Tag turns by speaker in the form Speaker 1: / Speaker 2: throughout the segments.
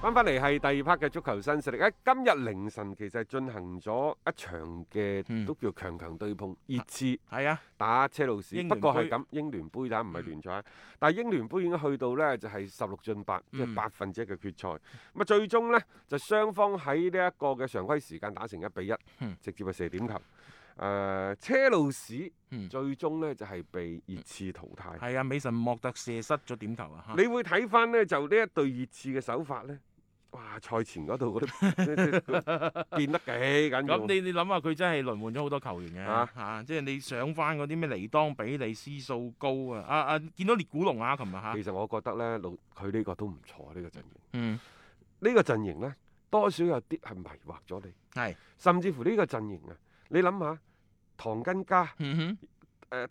Speaker 1: 翻返嚟係第二 part 嘅足球新勢力。喺今日凌晨其實進行咗一場嘅、都叫強強對碰，熱刺
Speaker 2: 嗯係啊，
Speaker 1: 打車路士。
Speaker 2: 英
Speaker 1: 不
Speaker 2: 聯
Speaker 1: 過係
Speaker 2: 杯嗯
Speaker 1: 咁，英聯杯打唔係聯賽，啊但係英聯杯已經去到呢就係十六進八，即係
Speaker 2: 嗯
Speaker 1: 百分之一嘅決賽。咁啊，最終呢，就雙方喺呢一個嘅常規時間打成一比一、
Speaker 2: 嗯
Speaker 1: 直接係射點球。誒、車路士
Speaker 2: 嗯
Speaker 1: 最終呢就係、被熱刺淘汰。
Speaker 2: 係啊，美神莫特射失咗點球啊！
Speaker 1: 你會睇翻呢，就呢一隊熱刺嘅手法呢，哇！賽前嗰度嗰 啲變得幾緊要
Speaker 2: 咁。你你諗下，佢真係輪換咗好多球員嘅
Speaker 1: 啊
Speaker 2: 嚇、啊即係你上翻嗰啲咩尼當比利斯數高啊啊啊！見到列古龍啊，琴日嚇，
Speaker 1: 其實我覺得呢，老佢呢個都唔錯，呢、個陣營。
Speaker 2: 嗯，
Speaker 1: 呢、個陣營呢，多少有啲係迷惑咗你，
Speaker 2: 係，
Speaker 1: 甚至乎呢個陣營啊，你諗下，唐根加、誒、
Speaker 2: 嗯哼，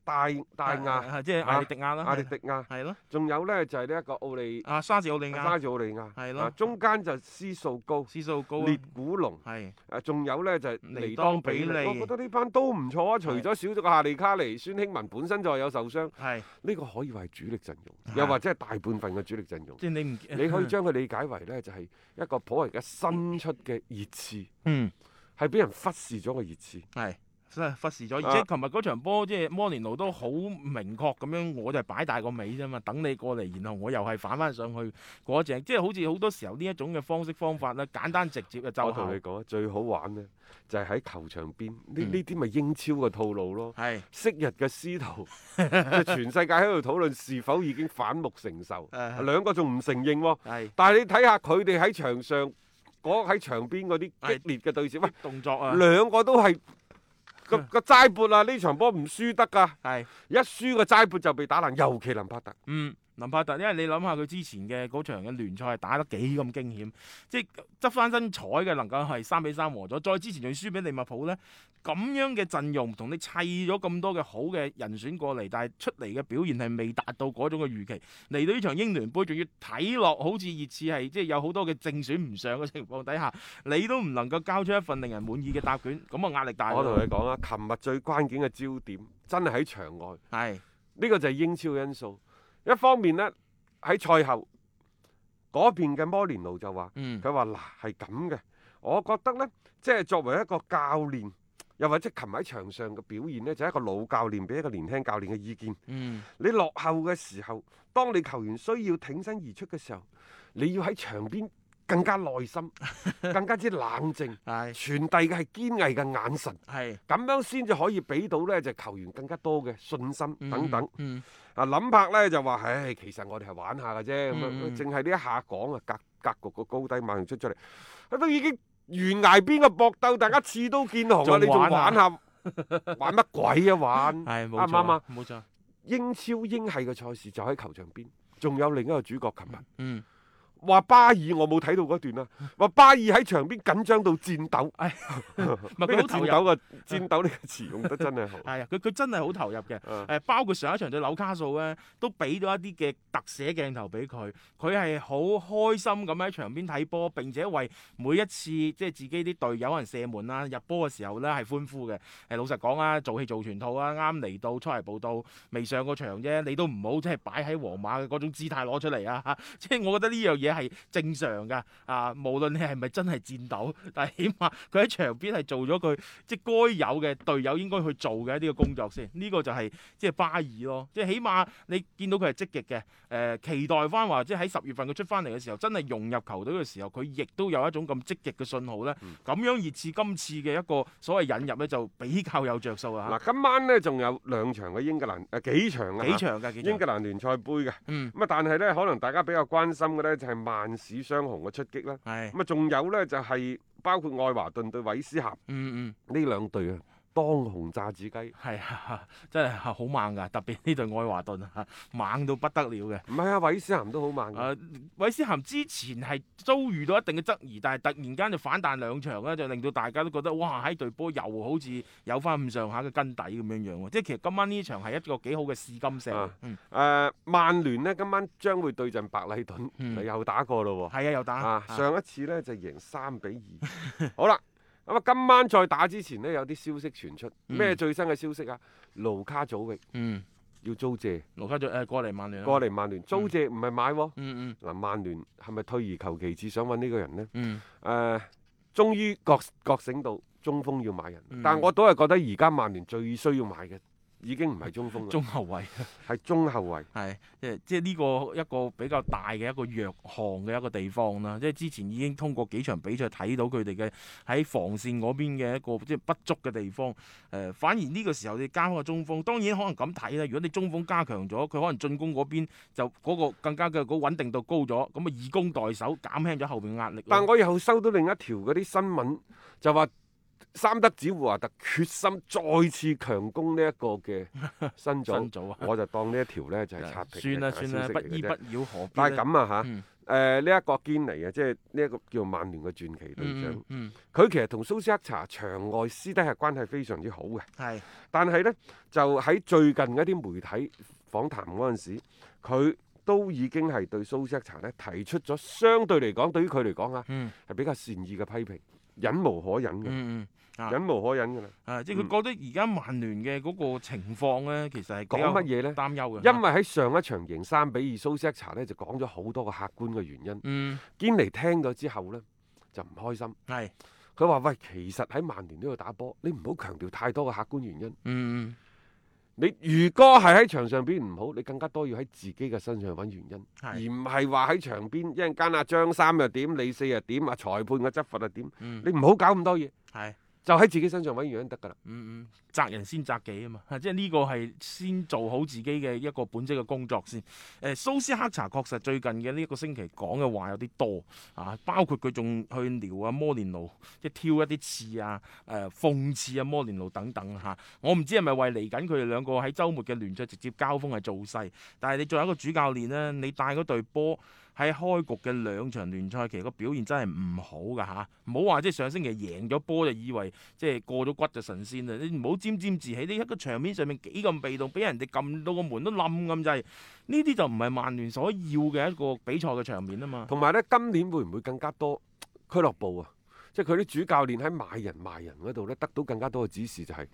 Speaker 1: 大大亞、
Speaker 2: 啊即係艾力迪亞啦，
Speaker 1: 阿力迪亞，
Speaker 2: 係咯，
Speaker 1: 仲有呢就係呢一個奧利
Speaker 2: 啊沙治奧利
Speaker 1: 沙
Speaker 2: 亞，
Speaker 1: 治奧利亞，
Speaker 2: 係咯
Speaker 1: 啊中間就斯數高、
Speaker 2: 斯數高啊，
Speaker 1: 列古龍。
Speaker 2: 係
Speaker 1: 誒，啊仲有咧就係
Speaker 2: 尼
Speaker 1: 尼
Speaker 2: 當
Speaker 1: 當比
Speaker 2: 比
Speaker 1: 利，
Speaker 2: 利
Speaker 1: 我覺得呢班都唔錯啊。除咗少咗個夏利卡尼、孫興文本身就係有受傷，
Speaker 2: 係，
Speaker 1: 呢個可以話係主力陣容，
Speaker 2: 啊
Speaker 1: 又或者係大半份嘅主力陣容。
Speaker 2: 即係你唔
Speaker 1: 你可以將佢理解為呢，就係一個普為嘅新出嘅熱刺，
Speaker 2: 嗯
Speaker 1: 係俾人忽視咗嘅熱刺。
Speaker 2: 係。真係忽視咗，
Speaker 1: 啊
Speaker 2: 而且琴日嗰場波即係摩連奴都好明確咁樣，我就係擺大個尾啫嘛，等你過嚟，然後我又係反翻上去嗰只，即係好似好多時候呢一種嘅方式方法咧，簡單直接就
Speaker 1: 我
Speaker 2: 奏效
Speaker 1: 同你，講啊，最好玩呢，就係喺球場邊，呢
Speaker 2: 嗯
Speaker 1: 呢啲咪英超嘅套路咯。
Speaker 2: 係
Speaker 1: 昔日嘅司 徒，就全世界喺度討論是否已經反目成 仇，
Speaker 2: 啊
Speaker 1: 兩個仲唔承認喎。
Speaker 2: 係。
Speaker 1: 但係你睇下佢哋喺場上嗰喺場邊嗰啲
Speaker 2: 係
Speaker 1: 激烈嘅對戰，喂，
Speaker 2: 動作啊，
Speaker 1: 兩個都係個個齋撥啊！呢場波唔輸得噶，
Speaker 2: 係，
Speaker 1: 一輸個齋撥就被打爛，尤其林柏特。
Speaker 2: 嗯，林柏特，因為你諗下佢之前嘅嗰場嘅聯賽係打得幾咁驚險，即係執翻身彩嘅能夠係三比三和咗，再之前仲要輸俾利物浦呢。咁樣嘅陣容同你砌咗咁多嘅好嘅人選過嚟，但係出嚟嘅表現係未達到嗰種嘅預期，嚟到呢場英聯杯仲要睇落好似熱刺係即係有好多嘅正選唔上嘅情況底下，你都唔能夠交出一份令人滿意嘅答卷，咁啊壓力大
Speaker 1: 我同
Speaker 2: 咯，
Speaker 1: 你講啊，琴日最關鍵嘅焦點真係喺場外，
Speaker 2: 係
Speaker 1: 呢個就係英超嘅因素。一方面呢，喺賽後嗰邊嘅摩連奴就話。
Speaker 2: 嗯
Speaker 1: 佢話嗱係咁嘅，我覺得呢，即係作為一個教練，又或者琴日喺場上嘅表現呢，就係一個老教練俾一個年輕教練嘅意見。
Speaker 2: 嗯
Speaker 1: 你落後嘅時候，當你球員需要挺身而出嘅時候，你要喺場邊更加耐心， 更加之冷靜，
Speaker 2: 係
Speaker 1: 傳遞嘅係堅毅嘅眼神，
Speaker 2: 係
Speaker 1: 咁樣先至可以俾到呢就球員更加多嘅信心
Speaker 2: 嗯
Speaker 1: 等等。
Speaker 2: 嗯
Speaker 1: 啊，林柏咧就話：，唉，其實我哋係玩下嘅啫，咁樣
Speaker 2: 嗯嗯
Speaker 1: 淨係呢一下講啊，格格局個高低馬上出出嚟，啊都已經懸崖邊嘅搏鬥，大家刺刀見紅啊！
Speaker 2: 仲
Speaker 1: 你仲
Speaker 2: 玩啊
Speaker 1: 玩下玩乜鬼啊玩？
Speaker 2: 係
Speaker 1: 啱
Speaker 2: 冇
Speaker 1: 唔啱
Speaker 2: 錯
Speaker 1: 啊，
Speaker 2: 冇錯，
Speaker 1: 英超英系嘅賽事就喺球場邊，仲有另一個主角，琴日
Speaker 2: 嗯，
Speaker 1: 話巴爾，我冇睇到嗰段啊，話巴爾喺場邊緊張到戰鬥，
Speaker 2: 唔
Speaker 1: 呢個
Speaker 2: 係佢
Speaker 1: 戰
Speaker 2: 好投入，
Speaker 1: 鬥嘅戰鬥呢個詞用得真係 好。
Speaker 2: 係啊，佢佢真係好投入嘅。
Speaker 1: 啊
Speaker 2: 誒，包括上一場對紐卡素咧，都俾咗一啲嘅特寫鏡頭俾佢，佢係好開心咁喺場邊睇波，並且為每一次即係自己啲隊友可能射門啊啦、入波嘅時候咧係歡呼嘅。誒，老實講啊，做戲做全套啊，啱嚟到初嚟報到，未上過場啫，你都唔好即係擺喺皇馬嘅嗰種姿態攞出嚟啊！即係我覺得呢樣嘢嘢係正常㗎。啊，無論你係咪真係戰鬥，但係起碼佢喺場邊係做咗佢即係該有嘅隊友應該去做嘅呢個工作先。呢、個就係、即係巴爾咯，即係起碼你見到佢係積極嘅。誒、期待翻話即係喺十月份佢出翻嚟嘅時候，真係融入球隊嘅時候，佢亦都有一種咁積極嘅信號咧。
Speaker 1: 嗯
Speaker 2: 咁樣熱刺今次嘅一個所謂引入咧，就比較有着數啦
Speaker 1: 嗱，今晚呢，仲有兩場嘅英格蘭誒、呃、幾場
Speaker 2: 嚇。
Speaker 1: 啊
Speaker 2: 幾
Speaker 1: 嚇
Speaker 2: 場㗎，幾
Speaker 1: 英
Speaker 2: 場
Speaker 1: 格。蘭聯賽杯嘅。
Speaker 2: 嗯，
Speaker 1: 咁啊，但係呢，可能大家比較關心嘅呢，就係曼市雙雄嘅出擊啦。
Speaker 2: 係，
Speaker 1: 咁啊，仲有呢，就係、包括愛華頓對韋斯咸
Speaker 2: 嗯嗯，
Speaker 1: 呢兩隊啊，當紅炸子雞。唔
Speaker 2: 係啊，真係好猛㗎，特別呢隊愛華頓啊，猛到不得了嘅。
Speaker 1: 係啊，韋斯咸都好猛嘅。
Speaker 2: 誒、韋斯咸之前係遭遇到一定嘅質疑，但係突然間就反彈兩場咧，就令到大家都覺得哇！喺隊波又好似有翻咁上下嘅根底咁樣樣喎。即係其實今晚呢場係一個幾好嘅試金石。
Speaker 1: 啊
Speaker 2: 嗯，
Speaker 1: 誒、曼聯呢，今晚將會對陣白禮頓，
Speaker 2: 嗯
Speaker 1: 又打過咯喎。
Speaker 2: 係啊，又打。
Speaker 1: 啊，上一次呢就贏三比二。 好啦，咁啊，今晚再打之前呢，有啲消息傳出，咩
Speaker 2: 嗯
Speaker 1: 最新嘅消息啊？盧卡祖域
Speaker 2: 嗯，
Speaker 1: 要租借
Speaker 2: 盧卡就誒過嚟曼聯啦。啊
Speaker 1: 過嚟曼聯，租借唔係買喎。
Speaker 2: 嗯
Speaker 1: 嗱，曼聯係咪退而求其次想揾呢個人呢？
Speaker 2: 嗯
Speaker 1: 誒、終於覺覺醒到中鋒要買人，
Speaker 2: 嗯
Speaker 1: 但我都係覺得而家曼聯最需要買嘅已經唔係中鋒
Speaker 2: 嗯，
Speaker 1: 啦，
Speaker 2: 中嗯後衞。
Speaker 1: 係中後衞。
Speaker 2: 係，即係即係呢個一個比較大嘅一個弱項嘅一個地方啦。即係之前已經通過幾場比賽睇到佢哋嘅喺防線嗰邊嘅一個即係不足嘅地方。誒、反而呢個時候你加翻個中鋒，當然可能咁睇啦。如果你中鋒加強咗，佢可能進攻嗰邊就嗰個更加嘅嗰個穩定度高咗，咁啊以攻代守，減輕咗後邊嘅壓力咯。
Speaker 1: 但我又收到另一條嗰啲新聞，就話三德子胡華特決心再次強攻呢一個 嘅新組，
Speaker 2: 新組啊
Speaker 1: 我就當呢一條呢就 係刷屏
Speaker 2: 算啦
Speaker 1: 嘅啊
Speaker 2: 算
Speaker 1: 消
Speaker 2: 啦，
Speaker 1: 息
Speaker 2: 不
Speaker 1: 嚟嘅
Speaker 2: 依
Speaker 1: 啫
Speaker 2: 不饒，何必
Speaker 1: 但係
Speaker 2: 呢
Speaker 1: 咁啊嚇，
Speaker 2: 嗯
Speaker 1: 誒呢一個堅尼啊，即係呢一個叫曼聯嘅傳奇隊長
Speaker 2: 嗯，嗯，
Speaker 1: 佢、其實同蘇斯克查場外私底下關係非常之好嘅，
Speaker 2: 係
Speaker 1: 但係呢，就喺最近一啲媒體訪談嗰陣時，佢都已經係對蘇斯克查呢提出咗相對嚟講，對於佢嚟講啊。
Speaker 2: 嗯
Speaker 1: 係比較善意嘅批評，忍無可忍嘅，
Speaker 2: 嗯嗯啊
Speaker 1: 忍無可忍嘅啦。
Speaker 2: 啊！
Speaker 1: 嗯
Speaker 2: 即係佢覺得而家曼聯嘅嗰個情況咧，其實係比較
Speaker 1: 講乜嘢呢？
Speaker 2: 擔憂嘅，
Speaker 1: 因為喺上一場贏三比二蘇斯克查呢，就講咗好多個客觀嘅原因。
Speaker 2: 嗯
Speaker 1: 堅尼聽咗之後呢，就唔開心，
Speaker 2: 係
Speaker 1: 佢話：喂，其實喺曼聯都要打波，你唔好強調太多嘅客觀原因。
Speaker 2: 嗯
Speaker 1: 你如果係喺場上邊唔好，你更加多要喺自己嘅身上揾原因，
Speaker 2: 係
Speaker 1: 而唔係話喺場邊一陣間啊張三又點，李四又點，啊裁判嘅執法又點，
Speaker 2: 嗯
Speaker 1: 你唔好搞咁多嘢，
Speaker 2: 係
Speaker 1: 就喺自己身上揾原因得㗎啦。
Speaker 2: 嗯嗯，責人先責己啊嘛， 即係呢個係先做好自己嘅一個本職嘅工作先。誒、蘇斯克查確實最近嘅呢一個星期講嘅話有啲多啊，包括佢仲去撩啊摩連奴，即係挑一啲刺啊、誒、諷刺啊摩連奴等等嚇、我唔知係咪為嚟緊佢哋兩個喺週末嘅聯賽直接交鋒係造勢，但係你作為一個主教練呢，你帶嗰隊波。喺開局嘅兩場聯賽，其實個表現真係唔好㗎吓，唔好話即係上星期贏咗波就以為即係過咗骨就神仙啦，你唔好沾沾自喜，你一個場面上面幾咁被動，俾人哋撳到個門都冧咁滯，呢啲就唔係曼聯所要嘅一個比賽嘅場面啊嘛。
Speaker 1: 同埋咧，今年會唔會更加多俱樂部啊？即係佢啲主教練喺買人賣人嗰度咧，得到更加多嘅指示就係、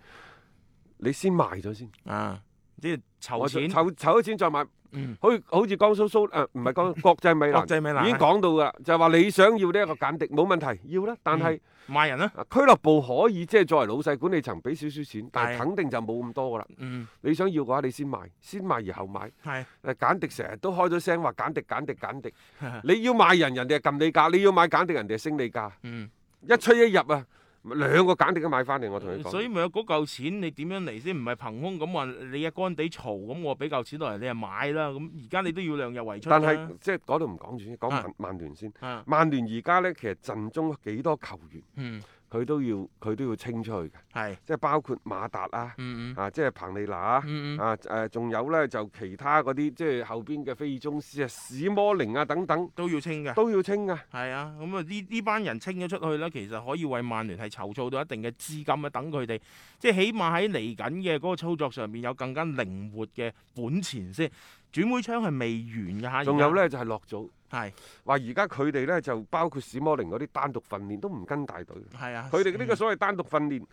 Speaker 1: 你先賣咗先，
Speaker 2: 啊，即係籌
Speaker 1: 我
Speaker 2: 錢，
Speaker 1: 籌籌咗錢再買。
Speaker 2: 嗯
Speaker 1: 好似好似江蘇蘇誒，唔 係江國際米蘭，
Speaker 2: 國際米蘭
Speaker 1: 已經講到㗎，就係話你想要呢一個簡迪冇問題，要啦。但係、
Speaker 2: 賣人啦、
Speaker 1: 啊俱樂部可以即係作為老細管理層俾少少錢，但
Speaker 2: 係
Speaker 1: 係肯定就冇咁多㗎啦。
Speaker 2: 嗯，
Speaker 1: 你想要嘅話，你先賣，先賣而後買。
Speaker 2: 係
Speaker 1: 誒簡迪成日都開咗聲話簡迪簡迪簡 迪，你要買人人哋係撳你價，你要買簡迪人哋係升你價。
Speaker 2: 嗯，
Speaker 1: 一出一入啊，兩個簡迪都買翻嚟，我同你講。
Speaker 2: 所以咪有嗰嚿錢你點樣嚟先？唔係憑空咁話你啊乾地嘈咁，我俾嚿錢落嚟你係買啦。咁而家你都要量入為出啦。
Speaker 1: 但係即係嗰度唔講住先，講
Speaker 2: 啊
Speaker 1: 曼曼聯先。
Speaker 2: 啊，
Speaker 1: 曼聯而家呢，其實陣中幾多球員
Speaker 2: 嗯，
Speaker 1: 佢都要佢都要清出去嘅，
Speaker 2: 係，
Speaker 1: 即係包括馬達啊，
Speaker 2: 嗯嗯。
Speaker 1: 啊即係彭利娜啊。
Speaker 2: 嗯嗯
Speaker 1: 啊誒，仲有呢，就其他嗰啲即係後邊嘅菲爾宗斯啊、史摩寧啊等等
Speaker 2: 都要清嘅，
Speaker 1: 都要清啊。
Speaker 2: 係啊，咁啊呢呢班人清咗出去咧，其實可以為曼聯係籌措到一定嘅資金啊，等佢哋即係起碼喺嚟緊嘅嗰個操作上面有更加靈活嘅本錢先。轉會窗係未完嘅嚇，
Speaker 1: 仲有
Speaker 2: 咧
Speaker 1: 呢，就係落組，
Speaker 2: 係
Speaker 1: 話而家佢哋呢，就包括史摩寧嗰啲單獨訓練都唔跟大隊。
Speaker 2: 係啊，
Speaker 1: 佢哋呢個
Speaker 2: 嗯
Speaker 1: 所謂單獨訓練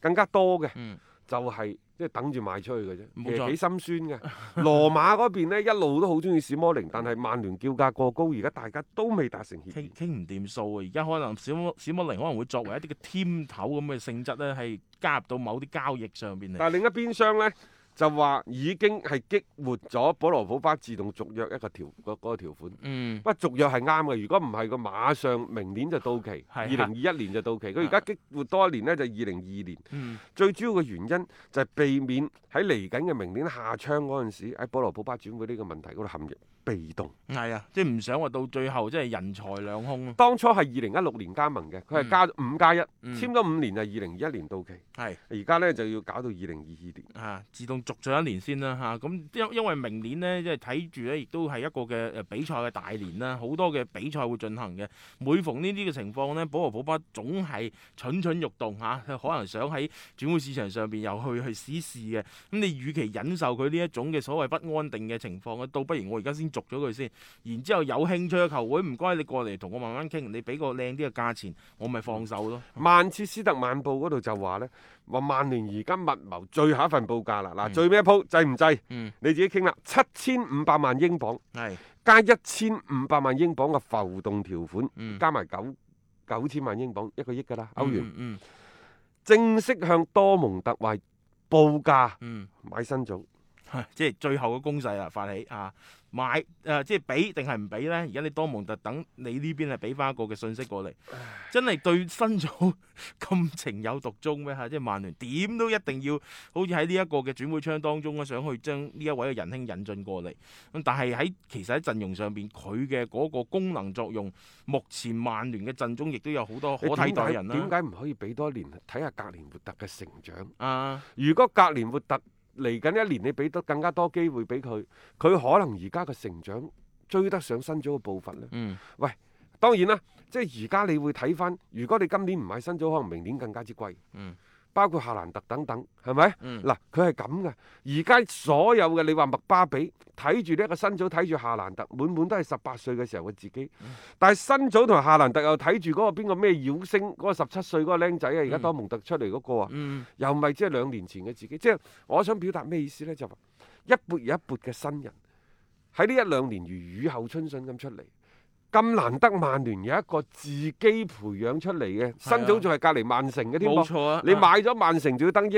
Speaker 1: 更加多嘅，
Speaker 2: 嗯
Speaker 1: 就係即係等住賣出去嘅啫，
Speaker 2: 冇
Speaker 1: 其實
Speaker 2: 錯
Speaker 1: 幾心酸 嘅。羅馬嗰邊呢一路都好中意史摩寧，但係曼聯叫價過高，而家大家都未達成協
Speaker 2: 傾
Speaker 1: 議。
Speaker 2: 傾唔掂數啊！而家可能小摩小摩靈可能會作為一啲嘅添頭咁嘅性質咧，係加入到某啲交易上邊嚟。
Speaker 1: 但係另一邊廂呢，就話已經係激活咗保羅普巴自動續約一個條嗰嗰個條款。
Speaker 2: 嗯，
Speaker 1: 不過續約係啱嘅，如果唔係佢馬上明年就到期，
Speaker 2: 係
Speaker 1: 二
Speaker 2: 啊
Speaker 1: 零二一年就到期。佢而家激活多一年呢，就二零二年。
Speaker 2: 嗯
Speaker 1: 最主要嘅原因就係避免喺嚟緊嘅明年夏窗嗰陣時，喺保羅普巴轉會呢個問題嗰度陷入被動。
Speaker 2: 係啊，即係唔想話到最後即係人財兩空咯。
Speaker 1: 當初係二零一六年加盟嘅，佢係加五加一，
Speaker 2: 嗯
Speaker 1: 簽咗五年就二零二一年到期，
Speaker 2: 係
Speaker 1: 而家呢就要搞到二零二二年。
Speaker 2: 啊，自動續咗一年先啦嚇。咁、因因為明年呢，即係睇住呢，亦都係一個嘅誒比賽嘅大年啦，好多嘅比賽會進行嘅。每逢呢啲嘅情況呢，保羅普巴總係蠢蠢欲動嚇、佢可能想喺轉會市場上邊又去去試試嘅。咁你與其忍受佢呢一種嘅所謂不安定嘅情況，倒不如我而家先續咗佢先，然之後有興趣嘅球會唔該你過嚟同我慢慢傾，你俾個靚啲嘅價錢，我咪放手咯。
Speaker 1: 曼徹斯特晚報嗰度就話呢，話曼聯而家密謀最後一份報價啦，嗱、
Speaker 2: 嗯
Speaker 1: 最尾一鋪制唔制？
Speaker 2: 嗯
Speaker 1: 你自己傾啦，七千五百萬英鎊
Speaker 2: 係，
Speaker 1: 加一千五百萬英鎊嘅浮動條款，
Speaker 2: 嗯
Speaker 1: 加埋九九千萬英鎊一個億㗎啦，歐元、
Speaker 2: 嗯嗯
Speaker 1: 正式向多蒙特為報價
Speaker 2: 嗯。
Speaker 1: 買新組。
Speaker 2: 係 即係最後嘅攻勢啦，發起啊買誒、呃即係俾定係唔俾呢？而家你多蒙特等你呢邊係俾翻一個嘅信息過嚟，真係對新組 咁情有獨鍾咩嚇？即係曼聯點都一定要好似喺呢一個嘅轉會窗當中咧，啊想去將呢一位嘅仁兄引進過嚟。咁但係喺其實喺陣容上邊，佢嘅嗰個功能作用，目前曼聯嘅陣中亦都有好多可
Speaker 1: 你
Speaker 2: 替
Speaker 1: 點
Speaker 2: 代
Speaker 1: 解
Speaker 2: 人啊
Speaker 1: 點
Speaker 2: 啦。
Speaker 1: 解唔可以俾多一年睇下格連活特嘅成長？
Speaker 2: 啊，
Speaker 1: 如果格連活特嚟緊一年，你俾得更加多機會俾佢，佢可能而家嘅成長追得上新組嘅步伐咧。
Speaker 2: 嗯，
Speaker 1: 當然啦，即係而家你會睇翻，如果你今年唔買新組，可能明年更加之貴。
Speaker 2: 嗯，
Speaker 1: 包括夏蘭特等等，係咪？
Speaker 2: 嗯
Speaker 1: 嗱，佢係咁嘅。而家所有嘅你話麥巴比睇住呢一個新組，睇住夏蘭特，滿滿都係十八歲嘅時候嘅自己。
Speaker 2: 嗯
Speaker 1: 但係新組同夏蘭特又睇住嗰個邊個咩妖星，嗰、個十七歲嗰個僆仔啊，而家
Speaker 2: 嗯
Speaker 1: 多蒙特出嚟嗰個啊。
Speaker 2: 嗯，
Speaker 1: 又咪即係兩年前嘅自己。即係我想表達咩意思呢？就話一撥又一撥嘅新人喺呢一兩年如雨後春筍咁出嚟，咁難得曼聯有一個自己培養出嚟嘅新組，仲係隔離曼城嘅添
Speaker 2: 冇
Speaker 1: 噃。
Speaker 2: 錯啊，
Speaker 1: 你
Speaker 2: 啊，
Speaker 1: 買咗曼城就要登益，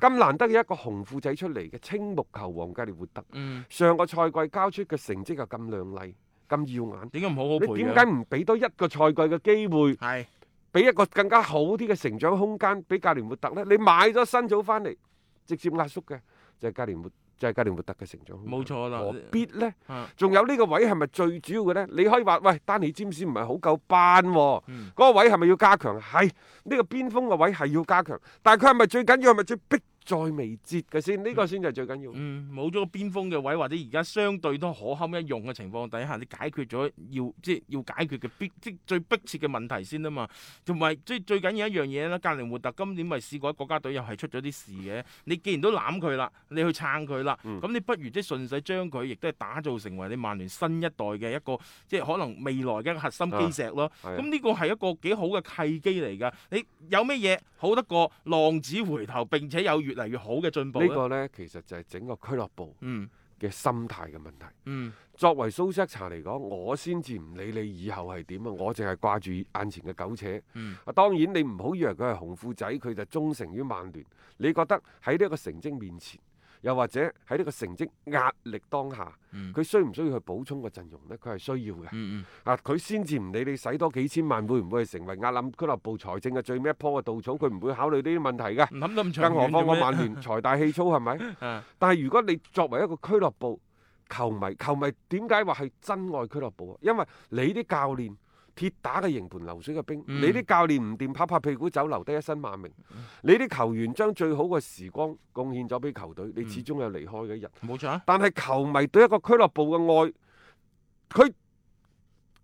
Speaker 1: 咁難得有一個紅褲仔出嚟嘅青木球王格列活特，
Speaker 2: 嗯，
Speaker 1: 上個賽季交出嘅成績又咁亮麗、咁耀眼，
Speaker 2: 點解唔好好培
Speaker 1: 你點
Speaker 2: 養？
Speaker 1: 解唔俾多一個賽季嘅機會？
Speaker 2: 係？
Speaker 1: 俾一個更加好啲嘅成長空間俾格連活特呢？你買咗新組翻嚟，直接壓縮嘅就係格連活，就係格連活特嘅成長空間。
Speaker 2: 冇錯啦
Speaker 1: 何必呢？
Speaker 2: 啊
Speaker 1: 仲有呢個位係咪最主要嘅呢？你可以話喂，丹尼詹士唔係好夠班喎、
Speaker 2: 嗯
Speaker 1: 嗰個位係咪要加強？係呢、個邊鋒嘅位係要加強，但係佢係咪最緊要係咪最迫在眉睫嘅先？呢、個先就係最緊要。
Speaker 2: 嗯，冇咗個邊鋒嘅位，或者而家相對都可堪一用嘅情況底下，你解決咗要即係要解決嘅必即係最迫切嘅問題先啊嘛。同埋即係最緊要一樣嘢啦，格林活特今年咪試過喺國家隊又係出咗啲事嘅。你既然都攬佢啦，你去撐佢啦，
Speaker 1: 嗯
Speaker 2: 咁、你不如即係順勢將佢亦都係打造成為你曼聯新一代嘅一個即係可能未來嘅一個核心基石咯。
Speaker 1: 係啊
Speaker 2: 咁呢個係一個幾好嘅契機嚟㗎。你有咩嘢好得過浪子回頭，並且有越嚟越好嘅進步
Speaker 1: 呢
Speaker 2: 呢
Speaker 1: 個呢，其實就係整個俱樂部
Speaker 2: 嗯
Speaker 1: 嘅心態嘅問題。
Speaker 2: 嗯。
Speaker 1: 作為蘇斯茶嚟講，我先至唔理你以後係點啊！我淨係掛住眼前嘅苟且。
Speaker 2: 嗯
Speaker 1: 啊，當然你唔好以為佢係紅褲仔，佢就忠誠於曼聯。你覺得喺呢一個成績面前，又或者喺呢個成績壓力當下，
Speaker 2: 嗯
Speaker 1: 佢需唔需要去補充個陣容呢？佢係需要嘅。
Speaker 2: 嗯
Speaker 1: 啊，佢先至唔理你使多幾千萬會唔會係成為壓冧俱樂部財政嘅最尾一樖嘅稻草，佢唔會考慮呢啲問題嘅。
Speaker 2: 嗯，諗咁
Speaker 1: 更
Speaker 2: 長
Speaker 1: 何況
Speaker 2: 遠做
Speaker 1: 我
Speaker 2: 咩
Speaker 1: 曼 聯財大氣粗係咪？
Speaker 2: 啊
Speaker 1: 但係如果你作為一個俱樂部球迷，球迷點解話係真愛俱樂部啊？因為你啲教練鐵打嘅營盤流水嘅兵，
Speaker 2: 嗯
Speaker 1: 你啲教練唔掂，拍拍屁股走，留低一身罵名。你啲球員將最好嘅時光貢獻咗俾球隊，
Speaker 2: 嗯
Speaker 1: 你始終有離開嘅一日。
Speaker 2: 冇錯啊，
Speaker 1: 但係球迷對一個俱樂部嘅愛，佢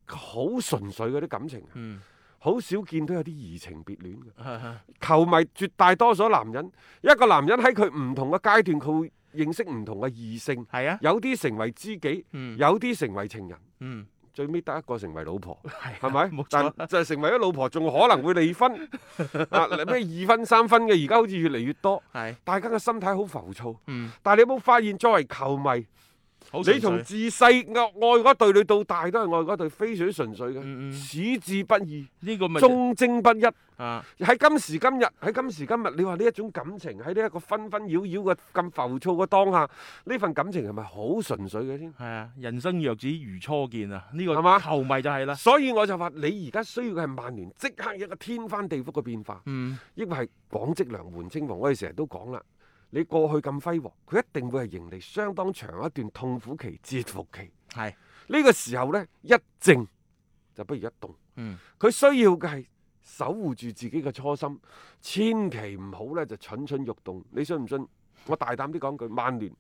Speaker 1: 好純粹嗰啲感情，
Speaker 2: 嗯，
Speaker 1: 好少見到有啲移情別戀嘅。
Speaker 2: 係啊係
Speaker 1: 球迷絕大多數男人，一個男人喺佢唔同嘅階段，佢會認識唔同嘅異性，
Speaker 2: 係啊，
Speaker 1: 有啲成為知己，
Speaker 2: 嗯
Speaker 1: 有啲成為情人，
Speaker 2: 嗯
Speaker 1: 最尾得一個成為老婆，
Speaker 2: 係啊
Speaker 1: 係咪
Speaker 2: 冇？
Speaker 1: 但
Speaker 2: 錯
Speaker 1: 就係成為咗老婆，仲可能會離 婚啊！咩二婚三婚嘅，而家好似越嚟越多，
Speaker 2: 係
Speaker 1: 大家嘅心態好浮躁。
Speaker 2: 嗯，
Speaker 1: 但係你有冇發現，作為球迷，
Speaker 2: 好
Speaker 1: 你
Speaker 2: 純
Speaker 1: 從
Speaker 2: 粹
Speaker 1: 自細愛愛嗰隊，你到大都係愛嗰隊，非常之純粹嘅，
Speaker 2: 嗯嗯
Speaker 1: 矢志不二，
Speaker 2: 呢個咪
Speaker 1: 忠貞不一。
Speaker 2: 啊
Speaker 1: 喺今時今日，喺今時今日，你話呢一種感情喺呢一個紛紛擾擾嘅咁浮躁嘅當下，呢份感情係咪好純粹嘅先？
Speaker 2: 係啊，人生若只如初見啊，呢、
Speaker 1: 係
Speaker 2: 個
Speaker 1: 嘛
Speaker 2: 球迷就係啦。
Speaker 1: 所以我就話你而家需要嘅係曼聯即刻一個天翻地覆嘅變化，
Speaker 2: 嗯，
Speaker 1: 抑或係廣積糧緩稱王。我哋成日都講啦，你過去咁輝煌，佢一定會係迎嚟相當長一段痛苦期、蟄伏期。
Speaker 2: 係
Speaker 1: 呢個時候呢，一靜就不如一動。
Speaker 2: 嗯，
Speaker 1: 佢需要嘅係守護住自己嘅初心，千祈唔好呢就蠢蠢欲動。你信唔信？我大膽啲講句，曼聯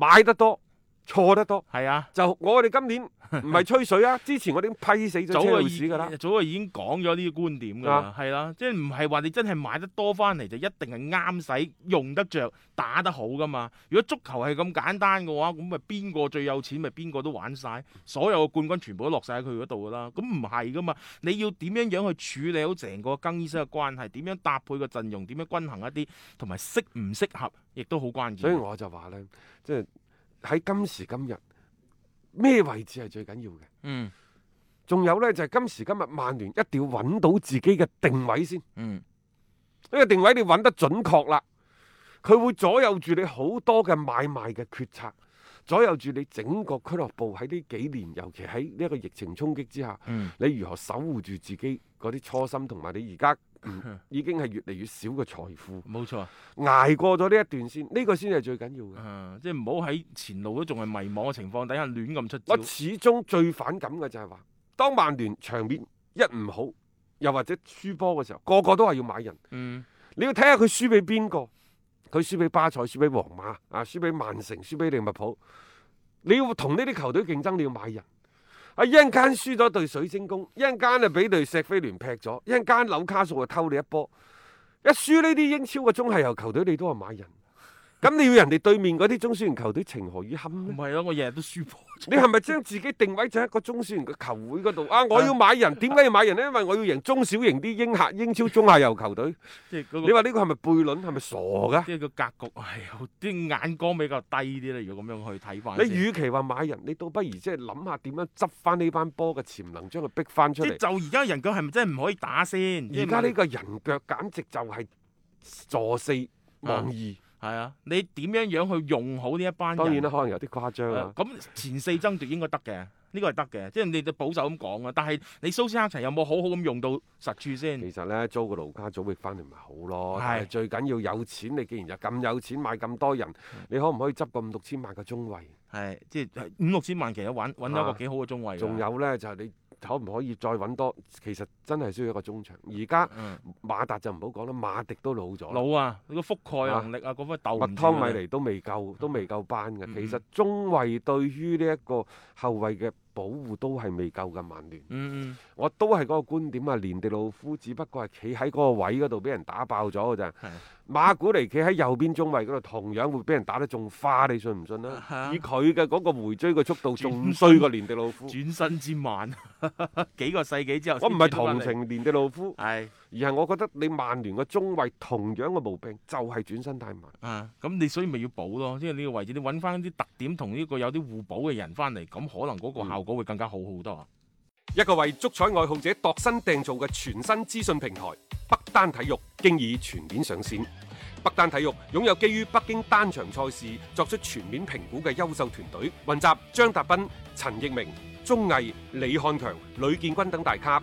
Speaker 1: 買得多，錯得多。
Speaker 2: 係啊。
Speaker 1: 就我哋今年 唔係吹水啊，之前我哋已經批死咗
Speaker 2: 早
Speaker 1: 車
Speaker 2: 就
Speaker 1: 路
Speaker 2: 已
Speaker 1: 士㗎啦。
Speaker 2: 早就已經講咗呢個觀點㗎啦
Speaker 1: 啊，
Speaker 2: 係啦，即係唔係話你真係買得多翻嚟就一定係啱使、用得着、打得好㗎嘛？如果足球係咁簡單嘅話，咁咪邊個最有錢咪邊個都玩晒，所有嘅冠軍全部都落晒喺佢嗰度㗎啦。咁唔係㗎嘛？你要點樣樣去處理好成個更衣室嘅關係？點樣搭配個陣容？點樣均衡一啲？同埋適唔適合，亦都好關鍵。
Speaker 1: 所以我就話呢，即係喺今時今日，咩位置係最緊要嘅？
Speaker 2: 嗯
Speaker 1: 仲有呢，就係、今時今日，曼聯一定要揾到自己嘅定位先。
Speaker 2: 嗯
Speaker 1: 呢個定位你揾得準確啦，佢會左右住你好多嘅買賣嘅決策，左右住你整個俱樂部喺呢幾年，尤其喺呢一個疫情衝擊之下，
Speaker 2: 嗯
Speaker 1: 你如何守護住自己嗰啲初心，同埋你而家、 嗯已經係越嚟越少嘅財富，
Speaker 2: 冇錯。
Speaker 1: 捱過咗呢一段先，呢、個先係最緊要嘅。
Speaker 2: 啊即係唔好喺前路都仲係迷茫嘅情況底下亂咁出招
Speaker 1: 我。始終最反感嘅就係話，當曼聯場面一唔好，又或者輸波嘅時候，個個都話要買人。
Speaker 2: 嗯。
Speaker 1: 你要睇下佢輸俾邊個，佢輸俾巴塞，輸俾皇馬，啊，輸俾曼城，輸俾利物浦。你要同呢啲球隊競爭，你要買人。啊！一陣間輸咗對水晶宮，一陣間啊俾對石飛聯劈咗，一陣間紐卡素啊偷你一波。一輸呢啲英超嘅中下游球隊，你都係買人。咁你要人哋對面嗰啲中小型球隊情何以堪
Speaker 2: 唔
Speaker 1: 呢？
Speaker 2: 係咯，我日日都輸波。
Speaker 1: 你係咪將自己定位就喺一個中小型嘅球會嗰度啊？我要買人，點解要買人呢？因為我要贏中小型啲英客、英超中下游球隊。
Speaker 2: 即係嗰
Speaker 1: 你
Speaker 2: 個，
Speaker 1: 話呢個係咪悖論？係咪傻㗎？
Speaker 2: 即係個格局係好啲眼光比較低啲咧。如果咁樣去睇翻先，
Speaker 1: 你與其話買人，你倒不如即係諗下點樣執翻呢班波嘅潛能，將佢逼翻出
Speaker 2: 即
Speaker 1: 嚟。
Speaker 2: 係就而家人腳係咪真係唔可以打先？
Speaker 1: 而家呢個人腳簡直就係坐四
Speaker 2: 啊
Speaker 1: 望二，
Speaker 2: 係啊，你點樣樣去用好呢一班人？
Speaker 1: 當然啦，可能有啲誇張
Speaker 2: 誒
Speaker 1: 啊。
Speaker 2: 咁、前四爭奪應該得嘅，呢個係得嘅，即係你哋保守咁講啊。但係你蘇斯克齊有冇好好咁用到實處先？
Speaker 1: 其實呢，租個盧卡祖域翻嚟咪好咯。
Speaker 2: 係
Speaker 1: 但係最緊要有錢，你既然就咁有錢買咁多人，
Speaker 2: 嗯
Speaker 1: 你可唔可以執個五六千萬嘅中衞？
Speaker 2: 係即係五六千萬其實揾揾到一個幾好嘅中衞㗎。
Speaker 1: 啊仲有呢，就係、你可唔可以再揾多？其實真係需要一個中場。而家
Speaker 2: 嗯
Speaker 1: 馬達就唔好講啦，馬迪都老咗啦。
Speaker 2: 老啊，你個覆蓋能力啊，嗯嗰忽鬥
Speaker 1: 麥
Speaker 2: 唔住
Speaker 1: 湯
Speaker 2: 㗎
Speaker 1: 米尼都未夠，都未夠班嘅。
Speaker 2: 嗯
Speaker 1: 其實中衞對於呢一個後衞嘅保護都係未夠嘅。曼聯，
Speaker 2: 嗯嗯，
Speaker 1: 我都係嗰個觀點啊。連地老夫只不過係企喺嗰個位嗰度俾人打爆咗嘅咋。
Speaker 2: 係
Speaker 1: 馬古尼企喺右邊中衞嗰度，同樣會俾人打得仲花，你信唔信啊？
Speaker 2: 啊
Speaker 1: 以佢嘅嗰個回追嘅速度，
Speaker 2: 轉
Speaker 1: 仲衰過連地老夫。
Speaker 2: 轉身之慢， 幾個世紀之後
Speaker 1: 哦我
Speaker 2: 先
Speaker 1: 唔
Speaker 2: 轉
Speaker 1: 係
Speaker 2: 得返嚟，
Speaker 1: 同情連地老夫，
Speaker 2: 係。
Speaker 1: 而係我覺得你曼聯嘅中衞同樣嘅毛病就係轉身太慢。
Speaker 2: 啊，咁你所以咪要補咯，即係呢個位置你揾翻啲特點同呢個有啲互補嘅人翻嚟，咁可能嗰
Speaker 1: 嗯
Speaker 2: 個效果會更加好好多啊。
Speaker 3: 一個為足彩愛好者度身訂造嘅全新資訊平台北單體育，經已全面上線。北單體育擁有基於北京單場賽事作出全面評估嘅優秀團隊，雲集張達斌、陳奕明、鐘毅、李漢強、呂建軍等大咖，